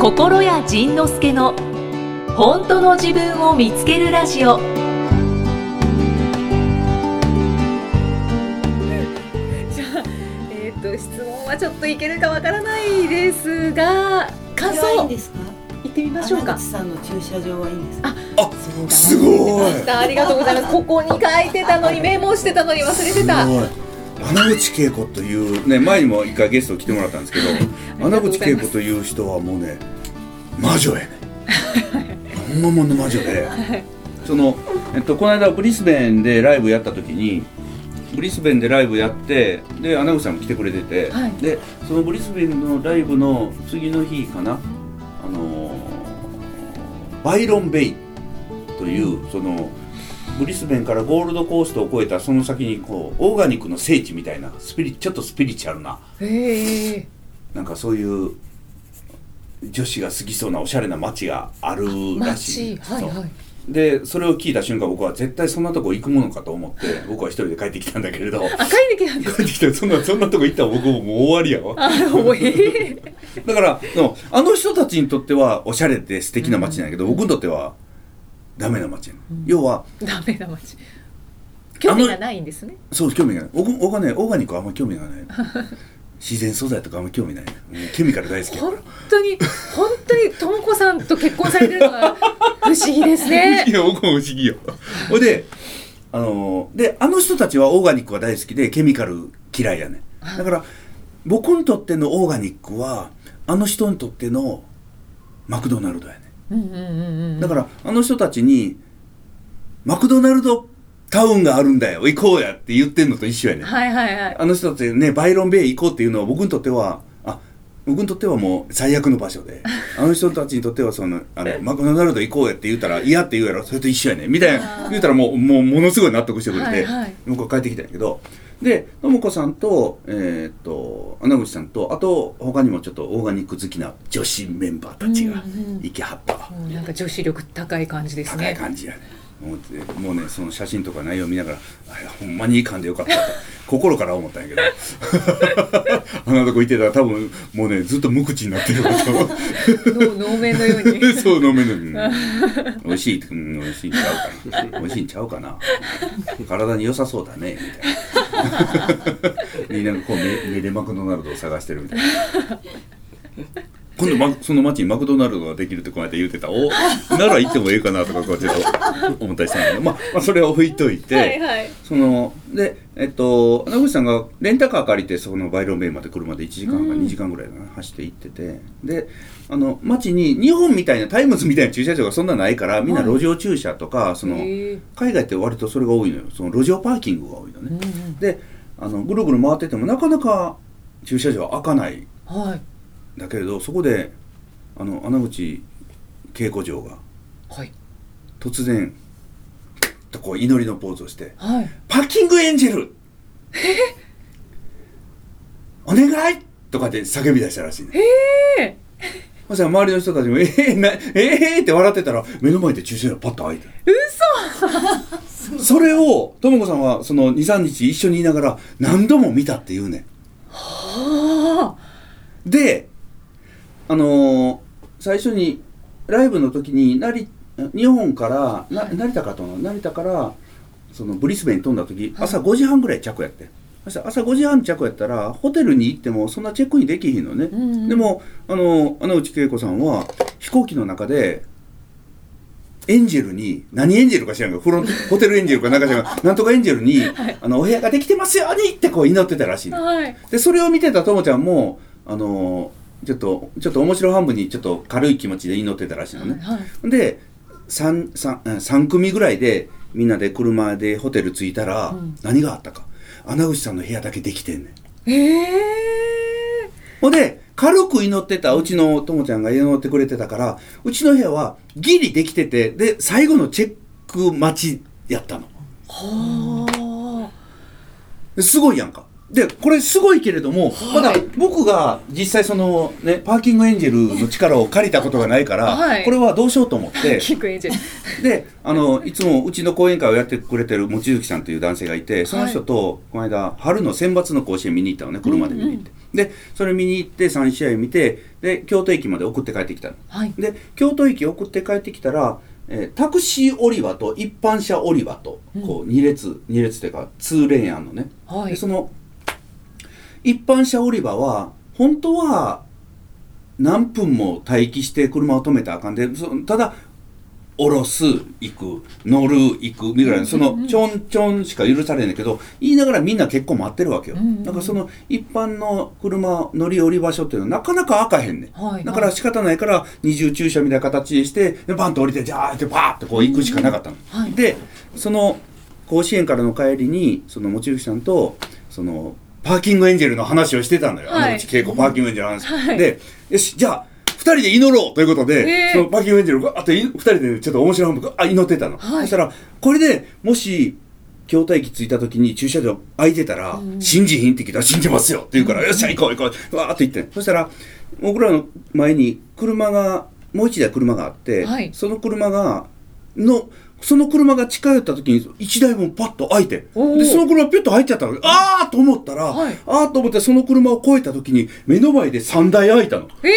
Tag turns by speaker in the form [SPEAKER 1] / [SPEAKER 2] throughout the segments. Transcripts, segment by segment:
[SPEAKER 1] 心谷仁之助の本当の自分を見つけるラジオ
[SPEAKER 2] じゃあ、えっ、と、質問はちょっといけるかわからないですが、感
[SPEAKER 3] これはいいん
[SPEAKER 2] 想、
[SPEAKER 3] ですか。
[SPEAKER 2] いってみましょう
[SPEAKER 3] 穴
[SPEAKER 2] か
[SPEAKER 3] 口。さんの駐車場はいいんですか。あ
[SPEAKER 4] すごい
[SPEAKER 2] ありがとうございます。ここに書いてたのに、メモしてたのに忘れてた。
[SPEAKER 4] すごい穴口恵子というね前にも一回ゲスト来てもらったんですけど穴口恵子という人はもうね魔女や ねほんまもんの魔女でその、えっと、この間ブリスベンでライブやった時にブリスベンでライブやってで穴口さんも来てくれてて、
[SPEAKER 2] はい
[SPEAKER 4] でそのブリスベンのライブの次の日かなあのーバイロンベイというそのブリスベンからゴールドコーストを越えたその先にこうオーガニックの聖地みたいなスピリちょっとスピリチュアルな
[SPEAKER 2] へえ。
[SPEAKER 4] なんかそういう女子が好きそうなおしゃれな街があるらしい
[SPEAKER 2] 街、はい
[SPEAKER 4] そう
[SPEAKER 2] はい。
[SPEAKER 4] でそれを聞いた瞬間僕は絶対そんなとこ行くものかと思って僕は一人で帰ってきたんだけれど
[SPEAKER 2] 赤い歴なんです。
[SPEAKER 4] 帰ってきてそんなそんなとこ行ったら僕ももう終わりやわ
[SPEAKER 2] あ、おえ。
[SPEAKER 4] だからそのあの人たちにとってはおしゃれで素敵な街なんやけど、僕にとってはダメな街やねん要は
[SPEAKER 2] ダメな街。興味がないんですね。
[SPEAKER 4] そう興味がない僕僕はねオーガニックはあんま興味がない自然素材とかあんま興味ないねもうケミカル大好きやか
[SPEAKER 2] 本当に、本当に、ともこさんと結婚されてるのは不思議です
[SPEAKER 4] ら
[SPEAKER 2] ね
[SPEAKER 4] い。や僕も不思議よほいであのーであの人たちはオーガニックが大好きでケミカル嫌いやねだから僕にとってのオーガニックはあの人にとってのマクドナルドやね
[SPEAKER 2] うんうんうんうん。
[SPEAKER 4] だからあの人たちにマクドナルドタウンがあるんだよ行こうやって言ってんのと一緒やね
[SPEAKER 2] はいはいはい。
[SPEAKER 4] あの人たちね、バイロンベイ行こうっていうのは僕にとっては、あ、僕にとってはもう最悪の場所で、 あの人たちにとってはその、あの、マクドナルド行こうやって言うたら、嫌って言うやろ、それと一緒やねんみたいな、言うたらもう、もうものすごい納得してくれて、
[SPEAKER 2] はいはい
[SPEAKER 4] 向こう帰ってきたんやけど、で、ともこさんと、えーっと、穴口さんと、あと、他にもちょっとオーガニック好きな女子メンバーたちが
[SPEAKER 2] うんうん
[SPEAKER 4] 行きはったわ。
[SPEAKER 2] もうなんか女子力高い感じです
[SPEAKER 4] 高い
[SPEAKER 2] ね。
[SPEAKER 4] 感じやね思ってもうねその写真とか内容見ながらあれほんまにいい感でよかったって心から思ったん やけどあんなとこ行ってたら多分もうねずっと無口になってること
[SPEAKER 2] 能能面のよう に。
[SPEAKER 4] そう飲めるのに美味しい、うん、美味しいんちゃうかな美味しいんちゃうかな体に良さそうだね みたいなみんなこうメメレマクドナルドを探してるみたいな今度、ま、その町にマクドナルドができるってこの間言うてたおなら行ってもええかなとかこうちょっと思ったりしたんだけど、まあ、まあそれは置いといて、
[SPEAKER 2] はいはい。
[SPEAKER 4] そのでえっと穴口さんがレンタカー借りてそのバイロンベイまで車で1時間か
[SPEAKER 2] うん
[SPEAKER 4] 2時間ぐらいかな、走って行っててであの街に日本みたいなタイムズみたいな駐車場がそんなないからみんな
[SPEAKER 2] はい
[SPEAKER 4] 路上駐車とかその
[SPEAKER 2] へえ
[SPEAKER 4] 海外って割とそれが多いのよその路上パーキングが多いの
[SPEAKER 2] うん
[SPEAKER 4] ね
[SPEAKER 2] う、ん
[SPEAKER 4] であのぐるぐる回っててもなかなか駐車場は開かないん
[SPEAKER 2] はい
[SPEAKER 4] だけれどそこであの穴口稽古場が
[SPEAKER 2] はい
[SPEAKER 4] 突然クッとこう祈りのポーズをして
[SPEAKER 2] はい。
[SPEAKER 4] パッキングエンジェルお願いとかって叫び出したらしいね。
[SPEAKER 2] え
[SPEAKER 4] そしたら周りの人たちも、えー、な、えー、って笑ってたら、目の前で駐車場がパッと開いて。嘘それを、ともこさんは、その2、3日一緒にいながら、何度も見たって言うねん。
[SPEAKER 2] あ
[SPEAKER 4] で、あのー最初にライブの時に成日本からな成田かとの成田からそのブリスベンに飛んだ時朝5時半ぐらい着やってそしたら朝5時半着やったらホテルに行ってもそんなチェックインできひんのね、
[SPEAKER 2] うんうん
[SPEAKER 4] でもあの穴内恵子さんは飛行機の中でエンジェルに何エンジェルか知らんけどフロントホテルエンジェルかなんか知らん けどなんとかエンジェルに、あのお部屋ができてますようにってこう祈ってたらしい
[SPEAKER 2] あ
[SPEAKER 4] の
[SPEAKER 2] はい。
[SPEAKER 4] でそれを見てたともちゃんもあのーちょっとちょっと面白半分にちょっと軽い気持ちで祈ってたらしいのね、
[SPEAKER 2] はい。
[SPEAKER 4] で 3, 3, 三組ぐらいでみんなで車でホテル着いたら、
[SPEAKER 2] うん
[SPEAKER 4] 何があったか穴口さんの部屋だけできてんねん
[SPEAKER 2] ええ
[SPEAKER 4] ほんで軽く祈ってたうちのともちゃんが祈ってくれてたからうちの部屋はギリできててで最後のチェック待ちやったの
[SPEAKER 2] は
[SPEAKER 4] ですごいやんか。で、これすごいけれども、まだ僕が実際そのね、パーキングエンジェルの力を借りたことがないから、
[SPEAKER 2] はい
[SPEAKER 4] これはどうしようと思っ
[SPEAKER 2] あ。
[SPEAKER 4] て、
[SPEAKER 2] キックエンジェル。
[SPEAKER 4] で、あの、いつもうちの講演会をやってくれてる望月さんという男性がいて、その人とこの間、春の選抜の甲子園見に行ったのね、車で見に行って。でそれ見に行って3試合見てで京都駅まで送って帰ってきたの
[SPEAKER 2] はい。
[SPEAKER 4] で京都駅送って帰ってきたら、えータクシー降り場と一般車降り場とこう2列、二列というか2レーンあんのね、
[SPEAKER 2] は
[SPEAKER 4] で
[SPEAKER 2] い。
[SPEAKER 4] その一般車降り場は本当は何分も待機して車を止めたらあかんでそただ降ろす行く乗る行くみたいなそのちょんちょんしか許されないけど言いながらみんな結構待ってるわけよ、
[SPEAKER 2] うんうんうん
[SPEAKER 4] だからその一般の車乗り降り場所っていうのはなかなか開かへんねん
[SPEAKER 2] はい。
[SPEAKER 4] だから、仕方ないから二重駐車みたいな形にしてでバンと降りてじゃーってバーってこう行くしかなかったの。
[SPEAKER 2] はい。
[SPEAKER 4] でその甲子園からの帰りにその望月さんとそのパーキングエンジェルの話をしてたんだよ、
[SPEAKER 2] はい
[SPEAKER 4] あのうち稽古パーキングエンジェルの話、
[SPEAKER 2] はい
[SPEAKER 4] でよしじゃあ2人で祈ろうということで、
[SPEAKER 2] えー
[SPEAKER 4] そのパーキングエンジェルがあと2人でちょっと面白い本あ祈ってたの、
[SPEAKER 2] はい
[SPEAKER 4] そしたらこれでもし京都駅着いた時に駐車場空いてたら、
[SPEAKER 2] うん
[SPEAKER 4] 信じひんって聞いたら信じますよって言うから、よっしゃ行こう行こうわーって言ってそしたら僕らの前に車がもう一台車があって、
[SPEAKER 2] はい
[SPEAKER 4] その車がのその車が近寄った時に一台分パッと開いて
[SPEAKER 2] おー
[SPEAKER 4] でその車がピュッと入っちゃったのああと思ったら、
[SPEAKER 2] はい
[SPEAKER 4] ああと思ってその車を越えた時に目の前で3台開い たの。
[SPEAKER 2] え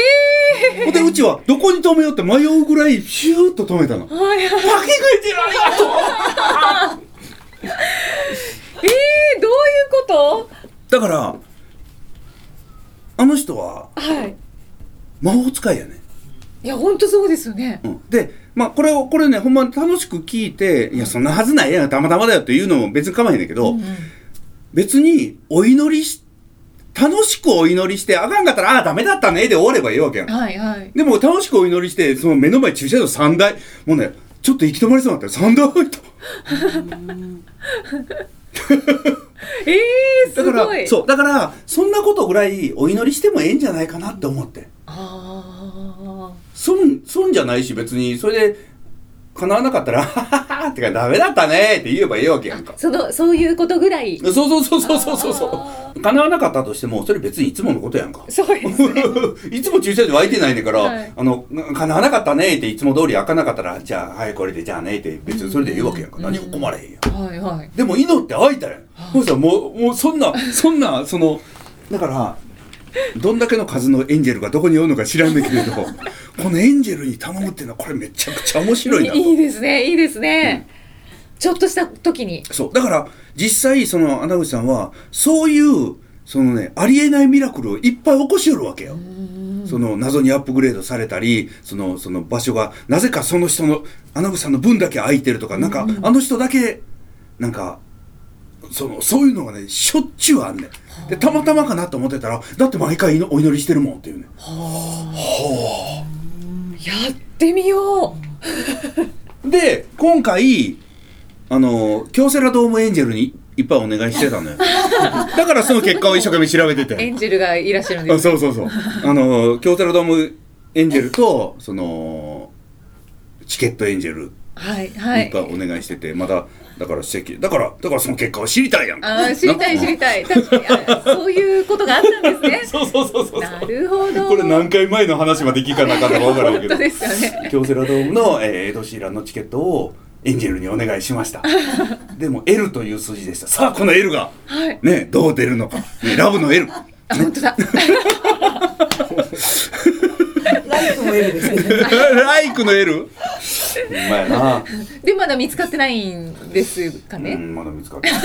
[SPEAKER 2] え
[SPEAKER 4] ほんでうちはどこに止めようって迷うぐらいシューッと止め たの。パ
[SPEAKER 2] ー。はいはい。
[SPEAKER 4] ーキングエンジェルありがとう
[SPEAKER 2] ええー、どういうこと
[SPEAKER 4] だからあの人は
[SPEAKER 2] はい。
[SPEAKER 4] 魔法使いやね。
[SPEAKER 2] いや、本当そうですよね。
[SPEAKER 4] うんで、まあ、これを、これね、ほんまに楽しく聞いて、いや、そんなはずないやん、たまたまだよっていうのも別に構わへんねんけど、
[SPEAKER 2] うんうん
[SPEAKER 4] 別に、お祈りし、楽しくお祈りして、あかんかったら、ああ、ダメだったね、で終わればいいわけやん。
[SPEAKER 2] はいはい。
[SPEAKER 4] でも、楽しくお祈りして、その目の前駐車場3台、もうね、ちょっと行き止まりそうになったよ。3台入った。
[SPEAKER 2] ええー、す
[SPEAKER 4] だか
[SPEAKER 2] ご
[SPEAKER 4] ら、
[SPEAKER 2] い。う。
[SPEAKER 4] そう、だから、そんなことぐらいお祈りしてもええんじゃないかなって思って。
[SPEAKER 2] あ
[SPEAKER 4] 損、損じゃないし、別に、それで、叶わなかったら、は はははってか、ダメだったねって言えばいいわけやんか
[SPEAKER 2] あ。。その、そういうことぐらい。
[SPEAKER 4] そうそうそうそうそうそうそ
[SPEAKER 2] あ
[SPEAKER 4] う叶わなかったとしてもそれ別にいつものことやんか
[SPEAKER 2] ーそうですね。
[SPEAKER 4] いつも駐車場空いてないねんから、
[SPEAKER 2] はい
[SPEAKER 4] あの叶わなかったねっていつも通り開かなかったらじゃあはいこれでじゃあねって別にそれでいいわけやんか、
[SPEAKER 2] うん
[SPEAKER 4] 何も困れへんやん
[SPEAKER 2] はいはい。
[SPEAKER 4] でも祈って開いたやん、そうしたらもうもうそんなそんなそのだからどんだけの数のエンジェルがどこにおるのか知らんねんけれどこのエンジェルに頼むっていうのはこれめちゃくちゃ面白いなと
[SPEAKER 2] いいですね、いいですね。ちょっとした時に。
[SPEAKER 4] そう。だから、実際、その、穴口さんは、そういう、そのね、ありえないミラクルをいっぱい起こしよるわけよ。その、謎にアップグレードされたり、その、その場所が、なぜかその人の、穴口さんの分だけ空いてるとか、なんか、あの人だけ、なんか、その、そういうのがね、しょっちゅうあんねん。で、たまたまかなと思ってたら、だって毎回お祈りしてるもんっていうね。
[SPEAKER 2] やってみよう。
[SPEAKER 4] で、今回、あの、京セラドームエンジェルにいっぱいお願いしてた のよ。だからその結果を一生懸命調べて て。
[SPEAKER 2] エンジェルがいらっしゃるんで
[SPEAKER 4] あ
[SPEAKER 2] す。
[SPEAKER 4] そうそう そう。あの、京セラドームエンジェルと、その、チケットエンジェル
[SPEAKER 2] はいは
[SPEAKER 4] に
[SPEAKER 2] い
[SPEAKER 4] が。お願いしてて、まだ、だから席、だから、だからその結果を知りたいやんか。
[SPEAKER 2] あー知りたい知りたい。確かにあそういうことがあったんですね。
[SPEAKER 4] そうそうそうそう。
[SPEAKER 2] なるほど。
[SPEAKER 4] これ何回前の話まで聞かなかったか分からんけ
[SPEAKER 2] 本当
[SPEAKER 4] ど。
[SPEAKER 2] ですよね。
[SPEAKER 4] 京セラドームの、えーエド・シーランのチケットをエンジェルにお願いしました。でも L という数字でした。さあ、この L が、
[SPEAKER 2] はい。
[SPEAKER 4] ね、どう出るのか。ね、ラブの L。
[SPEAKER 2] あ本当だ。
[SPEAKER 3] ライフも L ですね。
[SPEAKER 4] ライクの L? ほんまやな。
[SPEAKER 2] でまだ見つかってないんですか
[SPEAKER 4] う
[SPEAKER 2] ね。
[SPEAKER 4] ん、まだ見つかってない。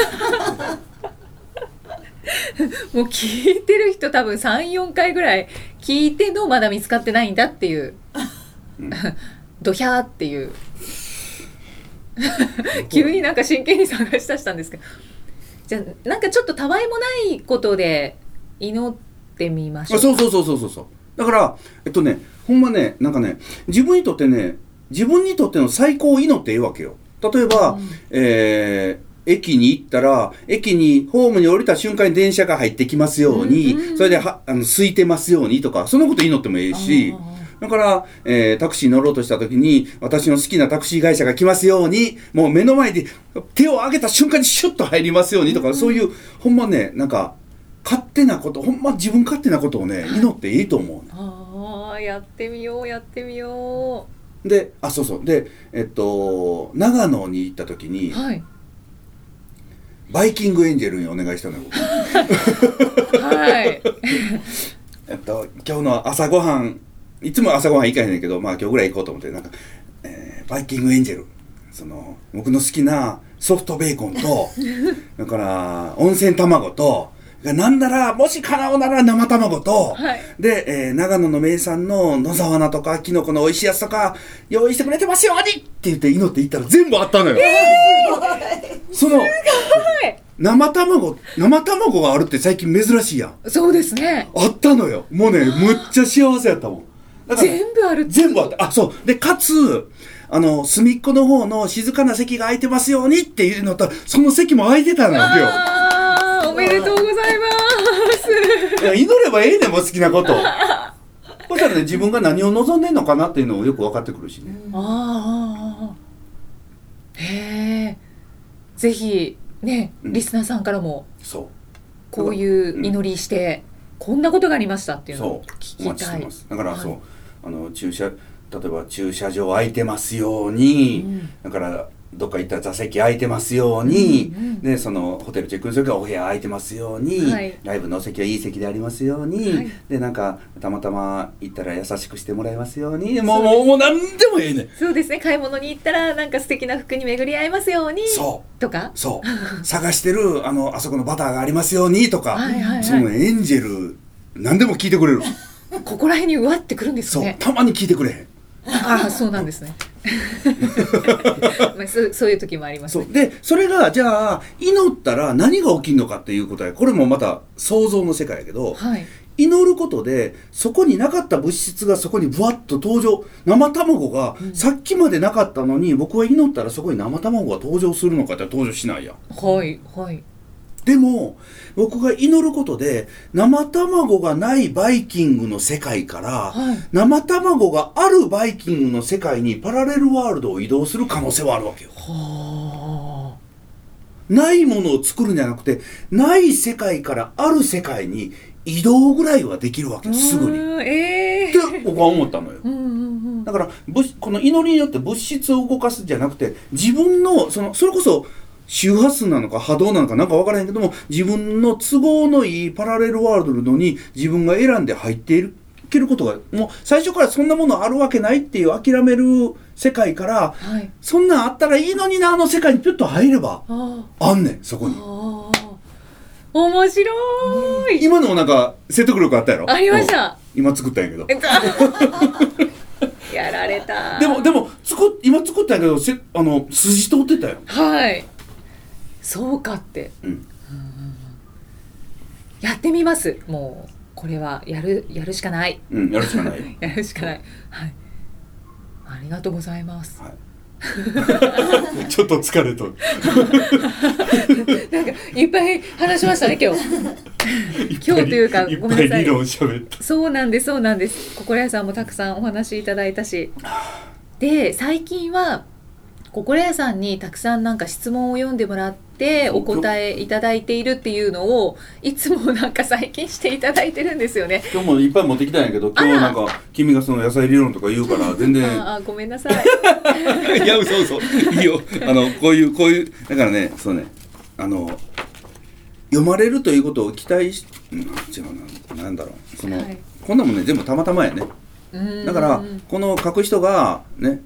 [SPEAKER 2] もう聞いてる人多分三四回ぐらい聞いてのまだ見つかってないんだっていう。 ドヒャーって いう。急になんか真剣に探し出したんですけど。じゃあなんかちょっとたわいもないことで祈ってみましょ
[SPEAKER 4] あ
[SPEAKER 2] う。
[SPEAKER 4] そうそうそうそうそうそうだからえっとねほんまねなんかね自分にとってね自分にとっての最高を祈っていいわけよ例えば、えー駅に行ったら駅にホームに降りた瞬間に電車が入ってきますように、
[SPEAKER 2] うんうんうん
[SPEAKER 4] それではあの空いてますようにとかそのこと祈ってもいいし
[SPEAKER 2] あー
[SPEAKER 4] だから、えータクシー乗ろうとした時に私の好きなタクシー会社が来ますようにもう目の前で手を挙げた瞬間にシュッと入りますようにとか、そういうほんまねなんか勝手なことほんま自分勝手なことをね祈っていいと思うね
[SPEAKER 2] ああやってみようやってみよ
[SPEAKER 4] であそうそうでえっと長野に行った時
[SPEAKER 2] う
[SPEAKER 4] に
[SPEAKER 2] はい
[SPEAKER 4] バイキングエンジェルにお願いしたのよ僕
[SPEAKER 2] はい。
[SPEAKER 4] えっと今日の朝ごはんいつも朝ごはん行かへんねんけどまあ今日ぐらい行こうと思ってなんか、えーバイキングエンジェルその僕の好きなソフトベーコン とだから温泉卵となんならもし叶うなら生卵と、
[SPEAKER 2] はい
[SPEAKER 4] で、えー長野の名産の野沢菜とかキノコの美味しいやつとか用意してくれてますようにって言って祈って行ったら全部あったのよ、その生卵生卵があるって最近珍しいやん
[SPEAKER 2] そうですね。
[SPEAKER 4] あったのよもうねむっちゃ幸せやったもんだから
[SPEAKER 2] 全部ある。
[SPEAKER 4] 全部あったあそうでかつあの隅っこの方の静かな席が空いてますようにっていうのとその席も空いてたのよ
[SPEAKER 2] ああ、おめでとうございます。
[SPEAKER 4] いや祈ればええねんもう好きなことそしたらね自分が何を望んでんのかなっていうのをよく分かってくるしね
[SPEAKER 2] ああああああ。へえ。ぜひね、
[SPEAKER 4] うん
[SPEAKER 2] リスナーさんからも
[SPEAKER 4] そう
[SPEAKER 2] こういう祈りして、こんなことがありましたっていうの
[SPEAKER 4] そ
[SPEAKER 2] を
[SPEAKER 4] うお
[SPEAKER 2] 聞
[SPEAKER 4] 待
[SPEAKER 2] き
[SPEAKER 4] ちしたて
[SPEAKER 2] い
[SPEAKER 4] ます。だから
[SPEAKER 2] はい
[SPEAKER 4] そう、あの駐車例えば駐車場空いてますように、
[SPEAKER 2] うん
[SPEAKER 4] だからどっか行ったら座席空いてますように、
[SPEAKER 2] うんうん
[SPEAKER 4] でそのホテルチェックインするからお部屋空いてますように、
[SPEAKER 2] はい
[SPEAKER 4] ライブのお席はいい席でありますように、
[SPEAKER 2] はい
[SPEAKER 4] でなんかたまたま行ったら優しくしてもらいますようにもうもうもう何でもええねん
[SPEAKER 2] そうですね買い物に行ったらなんか素敵な服に巡り合えますように
[SPEAKER 4] そう
[SPEAKER 2] とか
[SPEAKER 4] そう 探してるあのあそこのバターがありますようにとか、
[SPEAKER 2] はいはいはい
[SPEAKER 4] そのエンジェル何でも聞いてくれる
[SPEAKER 2] ここら辺にうわってくるんです
[SPEAKER 4] そう
[SPEAKER 2] ね
[SPEAKER 4] たまに聞いてくれへん
[SPEAKER 2] ああそうなんです ねまあそうそういう時もあります
[SPEAKER 4] そうでそれがじゃあ祈ったら何が起きるのかっていうことやこれもまた想像の世界やけど、
[SPEAKER 2] はい
[SPEAKER 4] 祈ることでそこになかった物質がそこにぶわっと登場生卵がさっきまでなかったのに、僕は祈ったらそこに生卵が登場するのかって登場しないやん
[SPEAKER 2] はいはい
[SPEAKER 4] でも僕が祈ることで生卵がないバイキングの世界から、
[SPEAKER 2] はい
[SPEAKER 4] 生卵があるバイキングの世界にパラレルワールドを移動する可能性はあるわけよ
[SPEAKER 2] は
[SPEAKER 4] ないものを作るんじゃなくてない世界からある世界に移動ぐらいはできるわけ
[SPEAKER 2] あ
[SPEAKER 4] すぐに。っ
[SPEAKER 2] ええ
[SPEAKER 4] て僕は思ったのよ。
[SPEAKER 2] うんうんうん
[SPEAKER 4] だから物この祈りによって物質を動かすんじゃなくて自分のそのそれこそ周波数なのか波動なのかなんか分からへんけども自分の都合のいいパラレルワールドに自分が選んで入っている。いけることがもう最初からそんなものあるわけないっていう諦める世界から
[SPEAKER 2] はい
[SPEAKER 4] そんなんあったらいいのになあの世界にピュッと入れば
[SPEAKER 2] あ
[SPEAKER 4] あんねんそこに
[SPEAKER 2] あああ面白い
[SPEAKER 4] 今のもなんか説得力あったやろ
[SPEAKER 2] ありました
[SPEAKER 4] うん今作ったんやけど
[SPEAKER 2] えっと やられた
[SPEAKER 4] でもでも作っ今作ったんやけどせあの筋通ってたよ、
[SPEAKER 2] はいそうかって
[SPEAKER 4] うん、
[SPEAKER 2] やってみますもうこれはやるやるしかない
[SPEAKER 4] うんやるしかない
[SPEAKER 2] やるしかないはいありがとうございます
[SPEAKER 4] ちょっと疲れとる
[SPEAKER 2] なんかいっぱい話しましたね今日今日というかごめんなさい
[SPEAKER 4] 喋った
[SPEAKER 2] そうなんですそうなんです心屋さんもたくさんお話いただいたしで最近は心屋さんにたくさんなんか質問を読んでもらってお答えいただいているっていうのをいつもなんか最近していただいてるんですよね
[SPEAKER 4] 今日もいっぱい持ってきたんやけど今日なんか君がその野菜理論とか言う から全然
[SPEAKER 2] ああごめん なさい
[SPEAKER 4] いや嘘嘘いいよあのこういうこういうだからねそうねあの読まれるということを期待し、うん、違うななんだろうその、
[SPEAKER 2] はい
[SPEAKER 4] こんなもんね全部たまたまやねだからこの書く人がね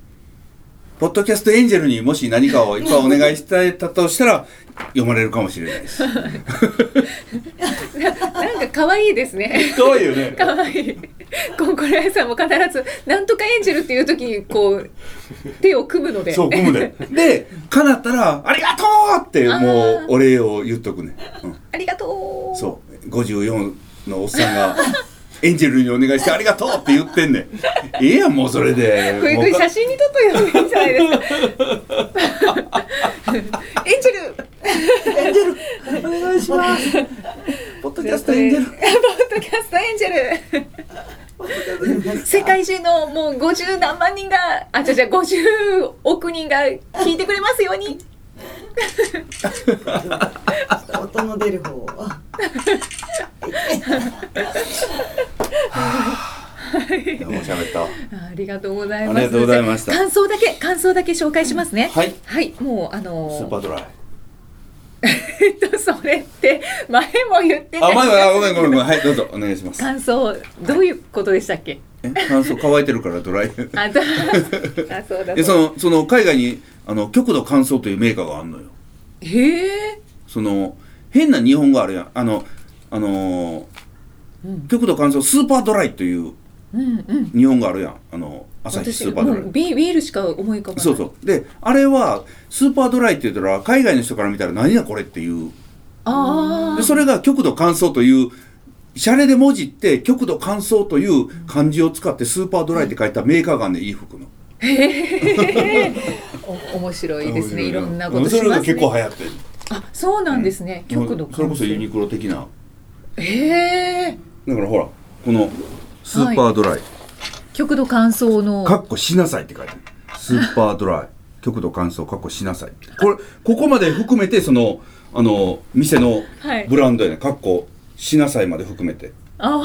[SPEAKER 4] ポッドキャストエンジェルにもし何かをいっぱいお願いしたいたとしたら読まれるかもしれないです。
[SPEAKER 2] なんか可愛いですね。
[SPEAKER 4] どういうね。
[SPEAKER 2] 可愛い。コンコレアさんも必ず、なんとかエンジェルっていう時に、こう。手を組むので。
[SPEAKER 4] そう、ゴムで。 で、かなったら、ありがとうって、もう、お礼を言っとくね。うん、
[SPEAKER 2] ありがとう。
[SPEAKER 4] そう。54のおっさんが、エンジェルにお願いして、ありがとうって言ってんねん。ええやん、もうそれで。
[SPEAKER 2] くい
[SPEAKER 4] も
[SPEAKER 2] く
[SPEAKER 4] う
[SPEAKER 2] い
[SPEAKER 4] か
[SPEAKER 2] 写真に撮っといた方がいいんじゃないですか。エンジェル。
[SPEAKER 4] お願いします。ポッドキャストエンジェ ル。
[SPEAKER 2] ポッドキャストエンジェル。世界中のもう50何万人があじゃじゃ50億人が聞いてくれますように
[SPEAKER 3] 音の出る方は
[SPEAKER 4] いやもう喋ったわ。
[SPEAKER 2] ありがとうございます
[SPEAKER 4] ありがとうございました
[SPEAKER 2] 感想だけ感想だけ紹介しますね
[SPEAKER 4] はい
[SPEAKER 2] はいもうあのー
[SPEAKER 4] スーパードライ。
[SPEAKER 2] えっとそれって前も言って
[SPEAKER 4] あ、前
[SPEAKER 2] た
[SPEAKER 4] は、あごめんごめんごめん。はい、どうぞ、お願いします。
[SPEAKER 2] 感想どういうことでしたっけ
[SPEAKER 4] え乾燥乾いてるからドライ。
[SPEAKER 2] あだあそうだ
[SPEAKER 4] え、そ
[SPEAKER 2] そう
[SPEAKER 4] の、その、海外に、あの、極度乾燥というメーカーがあるのよ。
[SPEAKER 2] へえ
[SPEAKER 4] その、変な日本語あるやん。あの、あのー
[SPEAKER 2] うん
[SPEAKER 4] 極度乾燥スーパードライという
[SPEAKER 2] うんうん
[SPEAKER 4] 日本語あるやん。あの、朝日
[SPEAKER 2] 私
[SPEAKER 4] スーパードライ
[SPEAKER 2] もう。ビビールしか思い浮かばない
[SPEAKER 4] そうそう。で、あれは、スーパードライって言ったら、海外の人から見たら何やこれっていう。
[SPEAKER 2] あ
[SPEAKER 4] で、
[SPEAKER 2] あ
[SPEAKER 4] それが極度乾燥という、シャレで文字って極度乾燥という漢字を使ってスーパードライって書いたメーカーがあんねん、いい服の。
[SPEAKER 2] お面白いですねいろんなこ
[SPEAKER 4] う
[SPEAKER 2] としますね
[SPEAKER 4] 流行ってる。
[SPEAKER 2] あそうなんですね極度
[SPEAKER 4] それこそユニクロ的な。
[SPEAKER 2] へえ
[SPEAKER 4] だからほら、この、スーパードライ、
[SPEAKER 2] 極度乾燥の
[SPEAKER 4] かっこしなさいって書いてある。スーパードライ、極度乾燥、かっこしなさい。これ、ここまで含めて、その、あの、店の
[SPEAKER 2] はい
[SPEAKER 4] ブランドやね、かっこしなさいまで含めて。
[SPEAKER 2] あ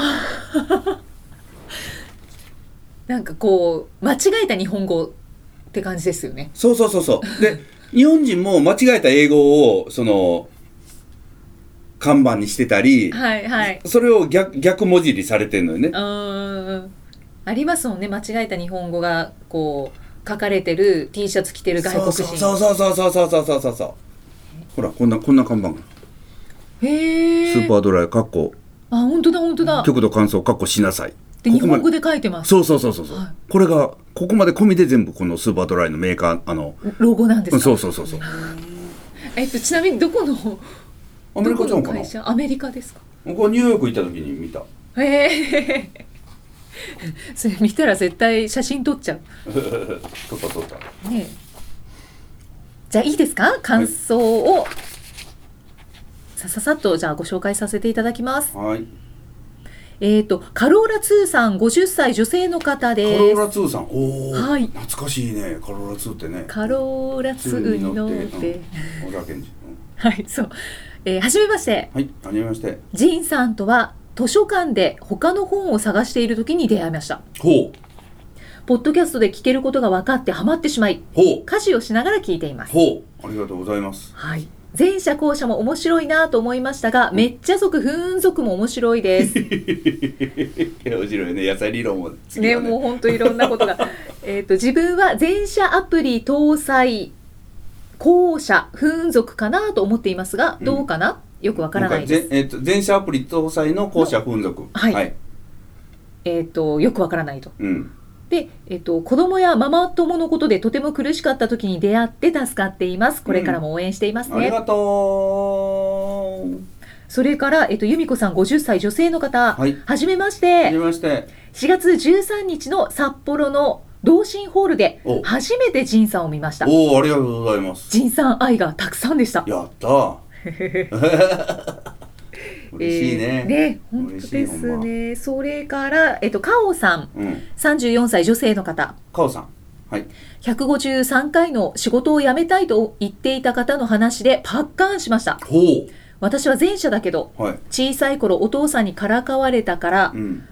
[SPEAKER 2] ー なんかこう間違えた日本語って感じですよね
[SPEAKER 4] そうそうそうそう。で、日本人も間違えた英語を、その、看板にしてたり、
[SPEAKER 2] はいはい
[SPEAKER 4] それを逆逆文字にされてるのよね
[SPEAKER 2] う。ーんありますもんね間違えた日本語がこう書かれてる T シャツ着てる外国人
[SPEAKER 4] そうそうそうそうそうそうそうそうそう。ほら、こんな、こんな看板が。
[SPEAKER 2] へえ
[SPEAKER 4] スーパードライ、かっこ、
[SPEAKER 2] あ本当だ本当だ
[SPEAKER 4] 極度乾燥、かっこしなさい。
[SPEAKER 2] で
[SPEAKER 4] こ
[SPEAKER 2] 日
[SPEAKER 4] こま
[SPEAKER 2] 本
[SPEAKER 4] で
[SPEAKER 2] 語で書いてます
[SPEAKER 4] そうそうそうそうそう、
[SPEAKER 2] はい
[SPEAKER 4] これがここまで込みで全部このスーパードライのメーカーあの
[SPEAKER 2] ロゴなんです
[SPEAKER 4] うん
[SPEAKER 2] か
[SPEAKER 4] そうそうそうそう
[SPEAKER 2] えっとちなみにどこの
[SPEAKER 4] アメリカじゃんか
[SPEAKER 2] どこの
[SPEAKER 4] な
[SPEAKER 2] 会社アメリカですか
[SPEAKER 4] 僕はニューヨーク行った時に見た
[SPEAKER 2] へえ それ見たら絶対写真撮っちゃ
[SPEAKER 4] 撮った撮った
[SPEAKER 2] うねえじゃあいいですか感想を、さささっとじゃあご紹介させていただきま す
[SPEAKER 4] はい
[SPEAKER 2] えっ、とカローラ2さん50歳女性の方
[SPEAKER 4] カロ
[SPEAKER 2] で
[SPEAKER 4] ーラ
[SPEAKER 2] す
[SPEAKER 4] 2さんおお、
[SPEAKER 2] はい
[SPEAKER 4] 懐かしいねカローラ2ってね
[SPEAKER 2] カローラ2に乗って、
[SPEAKER 4] うん小田健二、うん
[SPEAKER 2] はいそうえー、はじめまして
[SPEAKER 4] はいはじめまして
[SPEAKER 2] ジーンさんとは図書館で他の本を探している時に出会いました
[SPEAKER 4] ほう
[SPEAKER 2] ポッドキャストで聞けることが分かってハマってしまい
[SPEAKER 4] ほう
[SPEAKER 2] 家事をしながら聞いています、
[SPEAKER 4] ほうありがとうござい ます
[SPEAKER 2] はい、前者後者も面白いなと思いましたがめっちゃ族不運族も面白い です
[SPEAKER 4] いや面白いね野菜理論も次
[SPEAKER 2] ね
[SPEAKER 4] は
[SPEAKER 2] もう本当いろんなことが えっと自分は前者アプリ搭載後者不運族かなと思っていますが
[SPEAKER 4] うん
[SPEAKER 2] どうかな、よくわからないです
[SPEAKER 4] 今回ぜえっと全社アプリ搭載の後者紛族
[SPEAKER 2] はい
[SPEAKER 4] はい、
[SPEAKER 2] えっ、とよくわからないと
[SPEAKER 4] うん
[SPEAKER 2] で、えっと、子供やママ友のことでとても苦しかった時に出会って助かっています。これからも応援しています
[SPEAKER 4] あり
[SPEAKER 2] ね。
[SPEAKER 4] がとう
[SPEAKER 2] それから、えっと、由美子さん50歳女性の方、
[SPEAKER 4] はい
[SPEAKER 2] じめま
[SPEAKER 4] は
[SPEAKER 2] し
[SPEAKER 4] じ
[SPEAKER 2] て、
[SPEAKER 4] めまして。
[SPEAKER 2] 4月13日の札幌の同心ホールで
[SPEAKER 4] お
[SPEAKER 2] 初めて仁さんを見ました。
[SPEAKER 4] おお、ありがとうございます。
[SPEAKER 2] 仁さん愛がたくさんでした。
[SPEAKER 4] やった ー。嬉しいね
[SPEAKER 2] えー。ね、本当
[SPEAKER 4] 嬉しい
[SPEAKER 2] ですね。それから、えっと、カオさん、
[SPEAKER 4] ほんま。うん。
[SPEAKER 2] 34歳女性の方、
[SPEAKER 4] カオさん。はい。
[SPEAKER 2] 153回の仕事を辞めたいと言っていた方の話でパッカーンしました。
[SPEAKER 4] ほ
[SPEAKER 2] 私は前者だけど
[SPEAKER 4] う。はい。
[SPEAKER 2] 小さい頃お父さんにからかわれたから
[SPEAKER 4] うん。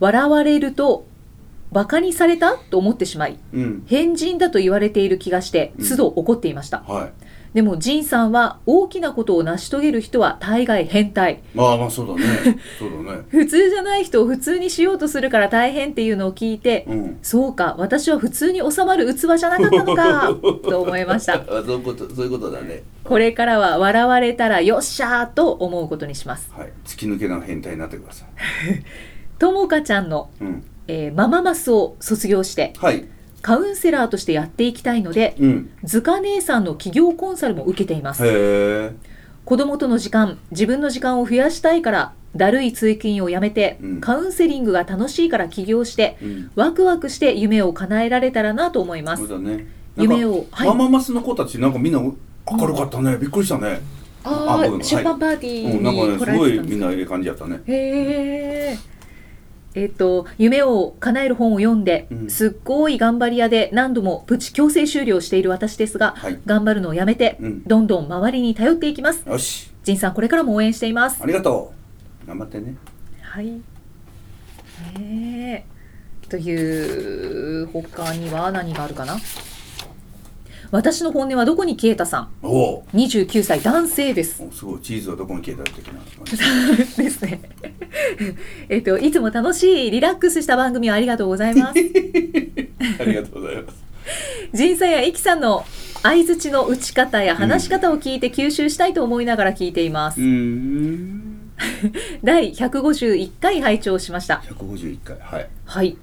[SPEAKER 2] 笑われるとバカにされたと思ってしまい
[SPEAKER 4] うん。
[SPEAKER 2] 変人だと言われている気がして
[SPEAKER 4] うん
[SPEAKER 2] 都度怒っていました、
[SPEAKER 4] はい。
[SPEAKER 2] でもジンさんは大きなことを成し遂げる人は大概変態
[SPEAKER 4] まあまあ、そうだ ね。そうだね。
[SPEAKER 2] 普通じゃない人を普通にしようとするから大変っていうのを聞いて、
[SPEAKER 4] うん。
[SPEAKER 2] そうか私は普通に収まる器じゃなかった のかと思いました
[SPEAKER 4] そういうこと、そういうことだね。
[SPEAKER 2] これからは笑われたらよっしゃーと思うことにします
[SPEAKER 4] はい。突き抜けな変態になってください。
[SPEAKER 2] ともかちゃんの、
[SPEAKER 4] うん。
[SPEAKER 2] えーマママスを卒業して
[SPEAKER 4] はい。
[SPEAKER 2] カウンセラーとしてやっていきたいので、
[SPEAKER 4] うん。
[SPEAKER 2] ずか姉さんの企業コンサルも受けています。
[SPEAKER 4] へえ。
[SPEAKER 2] 子供との時間、自分の時間を増やしたいから、だるい通勤をやめて、
[SPEAKER 4] うん
[SPEAKER 2] カウンセリングが楽しいから起業して、
[SPEAKER 4] うん。
[SPEAKER 2] ワクワクして夢を叶えられたらなと思いま
[SPEAKER 4] そう
[SPEAKER 2] す。
[SPEAKER 4] だね。なんか
[SPEAKER 2] 夢を、はい。
[SPEAKER 4] マママスの子たち、なんかみんな明るかったね。びっくりしたね。
[SPEAKER 2] あ
[SPEAKER 4] あ
[SPEAKER 2] あ
[SPEAKER 4] ごめんごめん
[SPEAKER 2] 出版パーティ
[SPEAKER 4] う
[SPEAKER 2] ー
[SPEAKER 4] ん。なんかね、
[SPEAKER 2] に来
[SPEAKER 4] す
[SPEAKER 2] られ
[SPEAKER 4] ご
[SPEAKER 2] て
[SPEAKER 4] い
[SPEAKER 2] たんで
[SPEAKER 4] み
[SPEAKER 2] す
[SPEAKER 4] ん
[SPEAKER 2] か。
[SPEAKER 4] なええ感じやったね。
[SPEAKER 2] へえ。えっと、夢を叶える本を読んで、
[SPEAKER 4] うん
[SPEAKER 2] すっごい頑張り屋で何度もプチ強制終了している私ですが、
[SPEAKER 4] はい。
[SPEAKER 2] 頑張るのをやめて、
[SPEAKER 4] うん。
[SPEAKER 2] どんどん周りに頼っていきます。
[SPEAKER 4] よし。
[SPEAKER 2] ジンさん、これからも応援しています。
[SPEAKER 4] ありがとう。頑張ってね。
[SPEAKER 2] はい。ねえという、他には何があるかな私の本音はどこに消えたさ
[SPEAKER 4] おお
[SPEAKER 2] ん29歳男性です
[SPEAKER 4] おすごいチーズはどこに消えた的な
[SPEAKER 2] ですね。 えっと、いつも楽しいリラックスした番組をありがとうございます。
[SPEAKER 4] ありがとうございます
[SPEAKER 2] 仁さんやいきさんの相槌の打ち方や話し方を聞いて吸収したいと思いながら聞いています。
[SPEAKER 4] うーん
[SPEAKER 2] 第151回拝聴しました。
[SPEAKER 4] 151回はい
[SPEAKER 2] はい。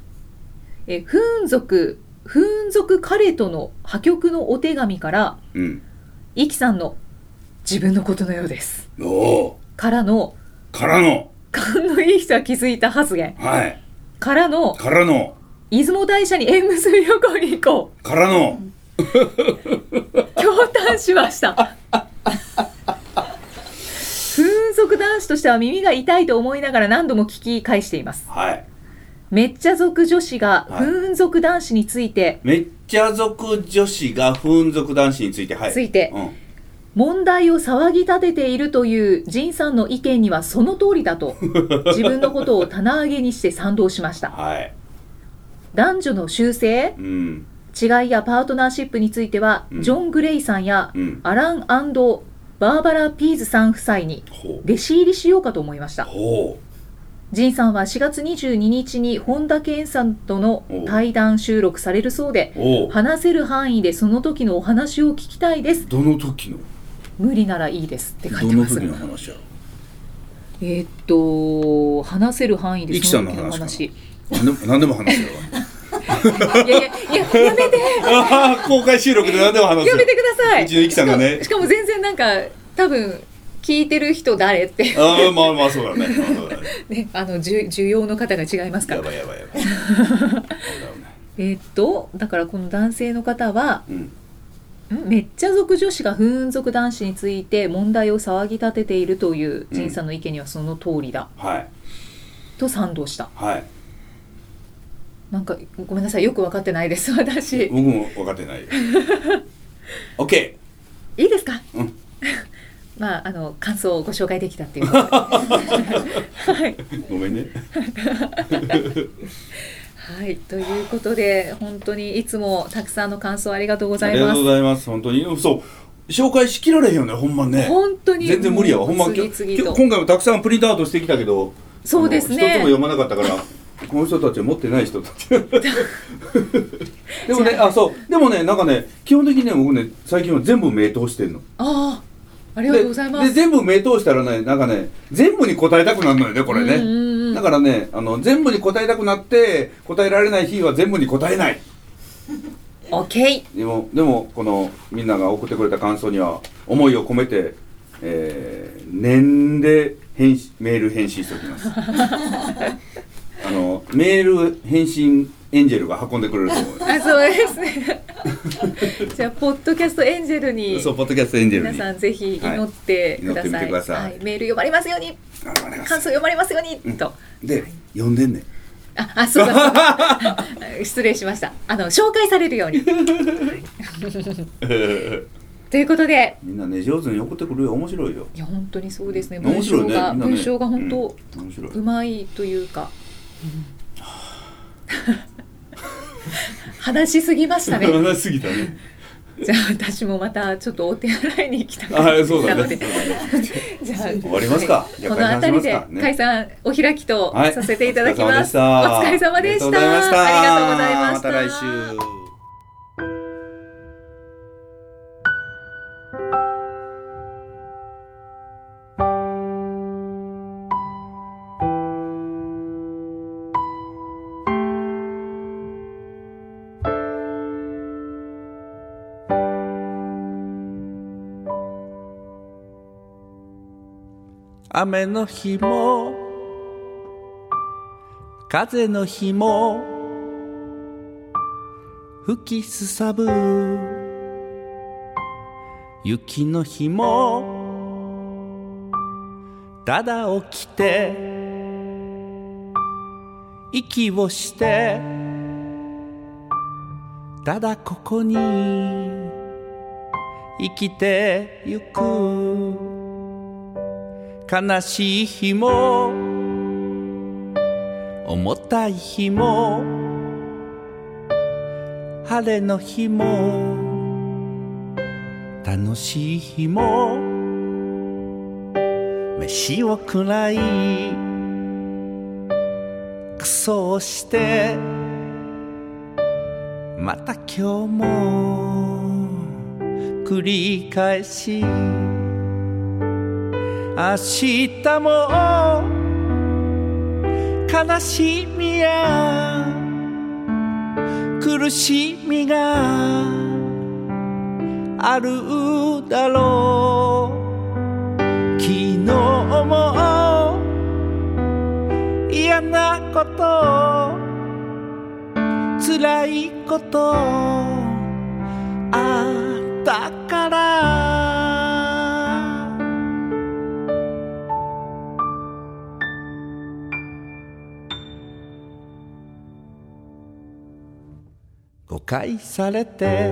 [SPEAKER 2] え、フーン族、フーン族彼との破局のお手紙から、
[SPEAKER 4] うん
[SPEAKER 2] いきさんの自分のことのようです。
[SPEAKER 4] おお
[SPEAKER 2] からの、
[SPEAKER 4] からの
[SPEAKER 2] 勘のいい人は気づいた発言。
[SPEAKER 4] はい
[SPEAKER 2] からの、
[SPEAKER 4] からの
[SPEAKER 2] 出雲大社に縁結び旅行に行こう。
[SPEAKER 4] からの
[SPEAKER 2] 驚嘆しました風俗男子としては耳が痛いと思いながら何度も聞き返しています
[SPEAKER 4] はい
[SPEAKER 2] めっちゃ族女子が
[SPEAKER 4] はい
[SPEAKER 2] 風俗男子について、
[SPEAKER 4] めっちゃ族女子がふん族男子についてはい
[SPEAKER 2] ついて
[SPEAKER 4] うん
[SPEAKER 2] 問題を騒ぎ立てているという仁さんの意見にはその通り だと自分のことを棚上げにして賛同しました
[SPEAKER 4] はい
[SPEAKER 2] 男女の修正
[SPEAKER 4] うん
[SPEAKER 2] 違いやパートナーシップについては、
[SPEAKER 4] うん
[SPEAKER 2] ジョン・グレイさんや、
[SPEAKER 4] うん
[SPEAKER 2] アランバーバラ・ピーズさん夫妻に
[SPEAKER 4] ほう
[SPEAKER 2] 弟子入りしようかと思いました
[SPEAKER 4] ほ
[SPEAKER 2] 仁さんは4月22日に本田健さんとの対談収録されるそうで
[SPEAKER 4] うおう
[SPEAKER 2] 話せる範囲でその時のお話を聞きたいです
[SPEAKER 4] どの時の
[SPEAKER 2] 無理ならいいですって書い
[SPEAKER 4] ど
[SPEAKER 2] て
[SPEAKER 4] の
[SPEAKER 2] ます
[SPEAKER 4] 時の話やろ
[SPEAKER 2] えーっと話せる範囲で
[SPEAKER 4] イキ
[SPEAKER 2] そ
[SPEAKER 4] さん
[SPEAKER 2] の
[SPEAKER 4] の
[SPEAKER 2] 時のお
[SPEAKER 4] 話
[SPEAKER 2] 話
[SPEAKER 4] か何でも何でも話せるわ
[SPEAKER 2] いやいやいややめて
[SPEAKER 4] ああ 公開収録で何でも話せ
[SPEAKER 2] や
[SPEAKER 4] る
[SPEAKER 2] めてくださいう
[SPEAKER 4] ちのイキさんがね
[SPEAKER 2] しかもしかも全然なんか多分聞いてる人誰って、
[SPEAKER 4] ああまあまあそうだねまあそうだね
[SPEAKER 2] ね、あの需需要の方が違いますか
[SPEAKER 4] や
[SPEAKER 2] ら
[SPEAKER 4] ばいやばいやばい
[SPEAKER 2] えーっとだからこの男性の方は
[SPEAKER 4] うん
[SPEAKER 2] んめっちゃ族女子が不運族男子について問題を騒ぎ立てているという
[SPEAKER 4] うん
[SPEAKER 2] 仁さんの意見にはその通りだ、
[SPEAKER 4] はい
[SPEAKER 2] と賛同した
[SPEAKER 4] はい
[SPEAKER 2] なんかごめんなさいよく分かってないです私
[SPEAKER 4] 僕も分かって ないよ OK
[SPEAKER 2] いいですか、
[SPEAKER 4] うん
[SPEAKER 2] まああの感想をご紹介できたっていうことではい、
[SPEAKER 4] ごめんね
[SPEAKER 2] はい、ということで本当にいつもたくさんの感想ありがとうご
[SPEAKER 4] あ
[SPEAKER 2] ざい
[SPEAKER 4] りが
[SPEAKER 2] ま
[SPEAKER 4] とう
[SPEAKER 2] す
[SPEAKER 4] ございます本当にそう紹介しきられへんよねほんまね
[SPEAKER 2] 本当に
[SPEAKER 4] 全然無理やわほんま
[SPEAKER 2] もう
[SPEAKER 4] 今日
[SPEAKER 2] 次々
[SPEAKER 4] 今
[SPEAKER 2] と
[SPEAKER 4] 日今回もたくさんプリントアウトしてきたけど
[SPEAKER 2] そうですね
[SPEAKER 4] あの一つも読まなかったからこの人たちは持ってない人た ちでもねあそうでもねなんかね基本的にね僕ね最近は全部目通してんの
[SPEAKER 2] あああ
[SPEAKER 4] あ
[SPEAKER 2] りがとうございま
[SPEAKER 4] です全部目通したらねなんかね全部に答えたくなるのよねこれね、
[SPEAKER 2] うんうんうん
[SPEAKER 4] だからねあの全部に答えたくなって答えられない日は全部に答えない
[SPEAKER 2] OK
[SPEAKER 4] でもでもこのみんなが送ってくれた感想には思いを込めて、えー念で返信メール返信しておきます あのメール返信エンジェルが運んでくれると思う
[SPEAKER 2] あそうですね じゃあポッドキャストエンジェルに
[SPEAKER 4] そうポッドキャストエンジェル
[SPEAKER 2] 皆
[SPEAKER 4] に
[SPEAKER 2] さんぜひ祈ってくだ
[SPEAKER 4] はい祈ってみ
[SPEAKER 2] さ
[SPEAKER 4] て
[SPEAKER 2] い,、
[SPEAKER 4] ください
[SPEAKER 2] メール読まれますように
[SPEAKER 4] あお願いしま
[SPEAKER 2] 感
[SPEAKER 4] す
[SPEAKER 2] 想読まれますように、
[SPEAKER 4] うん
[SPEAKER 2] と
[SPEAKER 4] で呼んで んねん
[SPEAKER 2] ああそうだそうだ 失礼しましたあの紹介されるようにということで
[SPEAKER 4] みんなね上手に送ってくるよ面白いよ
[SPEAKER 2] いや本当にそうですね
[SPEAKER 4] 面
[SPEAKER 2] 文
[SPEAKER 4] 白い
[SPEAKER 2] 章
[SPEAKER 4] ね
[SPEAKER 2] が、
[SPEAKER 4] みんなね
[SPEAKER 2] 文章が本当
[SPEAKER 4] うん面白いう
[SPEAKER 2] まいというか、話しすぎましたね
[SPEAKER 4] 話しすぎたね
[SPEAKER 2] じゃあ私もまたちょっとお手洗いに行きたくな
[SPEAKER 4] あ
[SPEAKER 2] って
[SPEAKER 4] そう
[SPEAKER 2] きた
[SPEAKER 4] だ
[SPEAKER 2] の
[SPEAKER 4] ね
[SPEAKER 2] で、じゃあ
[SPEAKER 4] 終わりますかじゃあ
[SPEAKER 2] この辺りで解
[SPEAKER 4] 解
[SPEAKER 2] 散お開きと
[SPEAKER 4] はい
[SPEAKER 2] させていただきます。
[SPEAKER 4] お
[SPEAKER 2] お疲
[SPEAKER 4] 疲
[SPEAKER 2] れ
[SPEAKER 4] れ
[SPEAKER 2] 様
[SPEAKER 4] 様
[SPEAKER 2] で
[SPEAKER 4] で
[SPEAKER 2] した。
[SPEAKER 4] した
[SPEAKER 2] ありがとうござい
[SPEAKER 4] あり
[SPEAKER 2] ました。
[SPEAKER 4] がとうございましたまた来週
[SPEAKER 5] 雨の日も風の日も吹きすさぶ雪の日もただ起きて息をしてただここに生きてゆく悲しい日も重たい日も晴れの日も楽しい日も飯を食らいクソをしてまた今日も繰り返し明日も悲しみや苦しみがあるだろう昨日も嫌なこと辛いことあったから誤解されて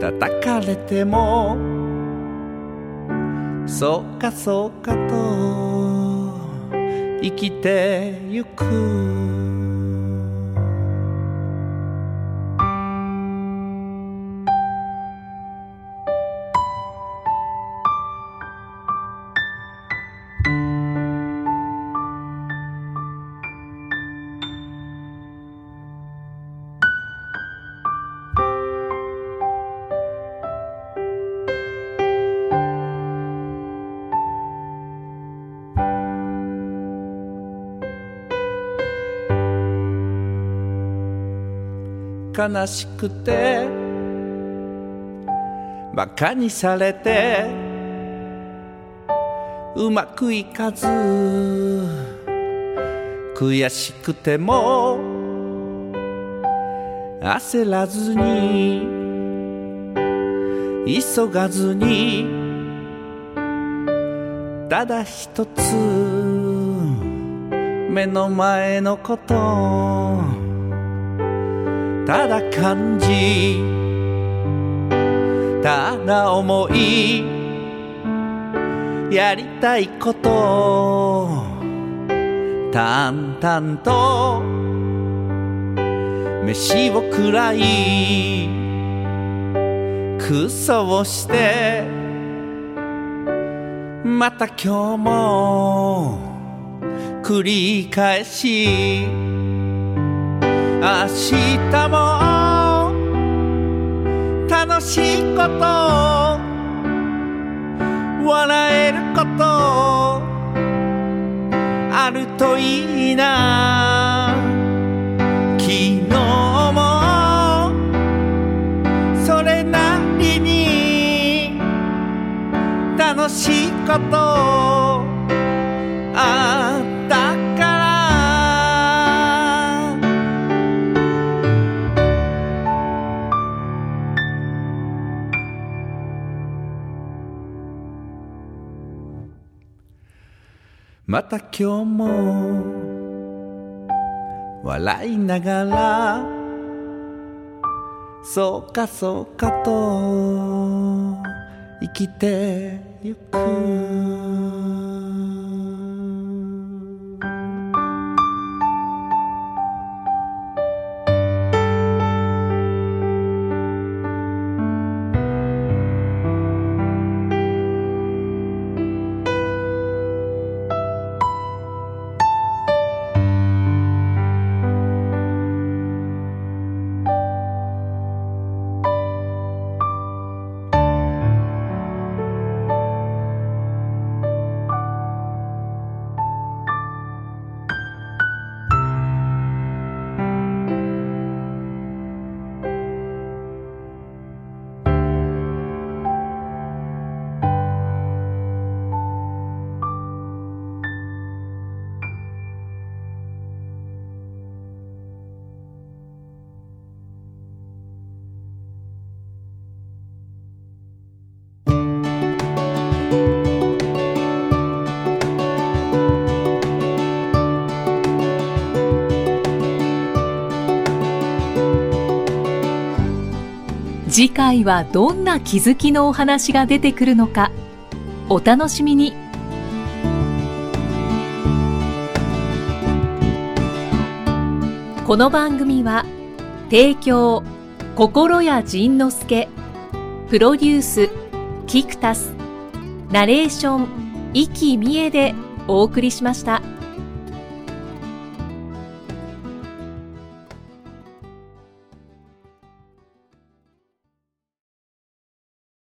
[SPEAKER 5] 叩かれてもそうかそうかと生きてゆく悲しくて馬鹿にされてうまくいかず悔しくても焦らずに急がずにただ一つ目の前のことただ感じただ思いやりたいこと淡々と飯を食らいクソをしてまた今日も繰り返し明日も楽しいこと笑えることあるといいな昨日もそれなりに楽しいことあったからまた今日も笑いながらそうかそうかと生きてゆく
[SPEAKER 1] 次回はどんな気づきのお話が出てくるのかお楽しみにこの番組は提供心谷仁之助プロデュースキクタスナレーション生きみえでお送りしました。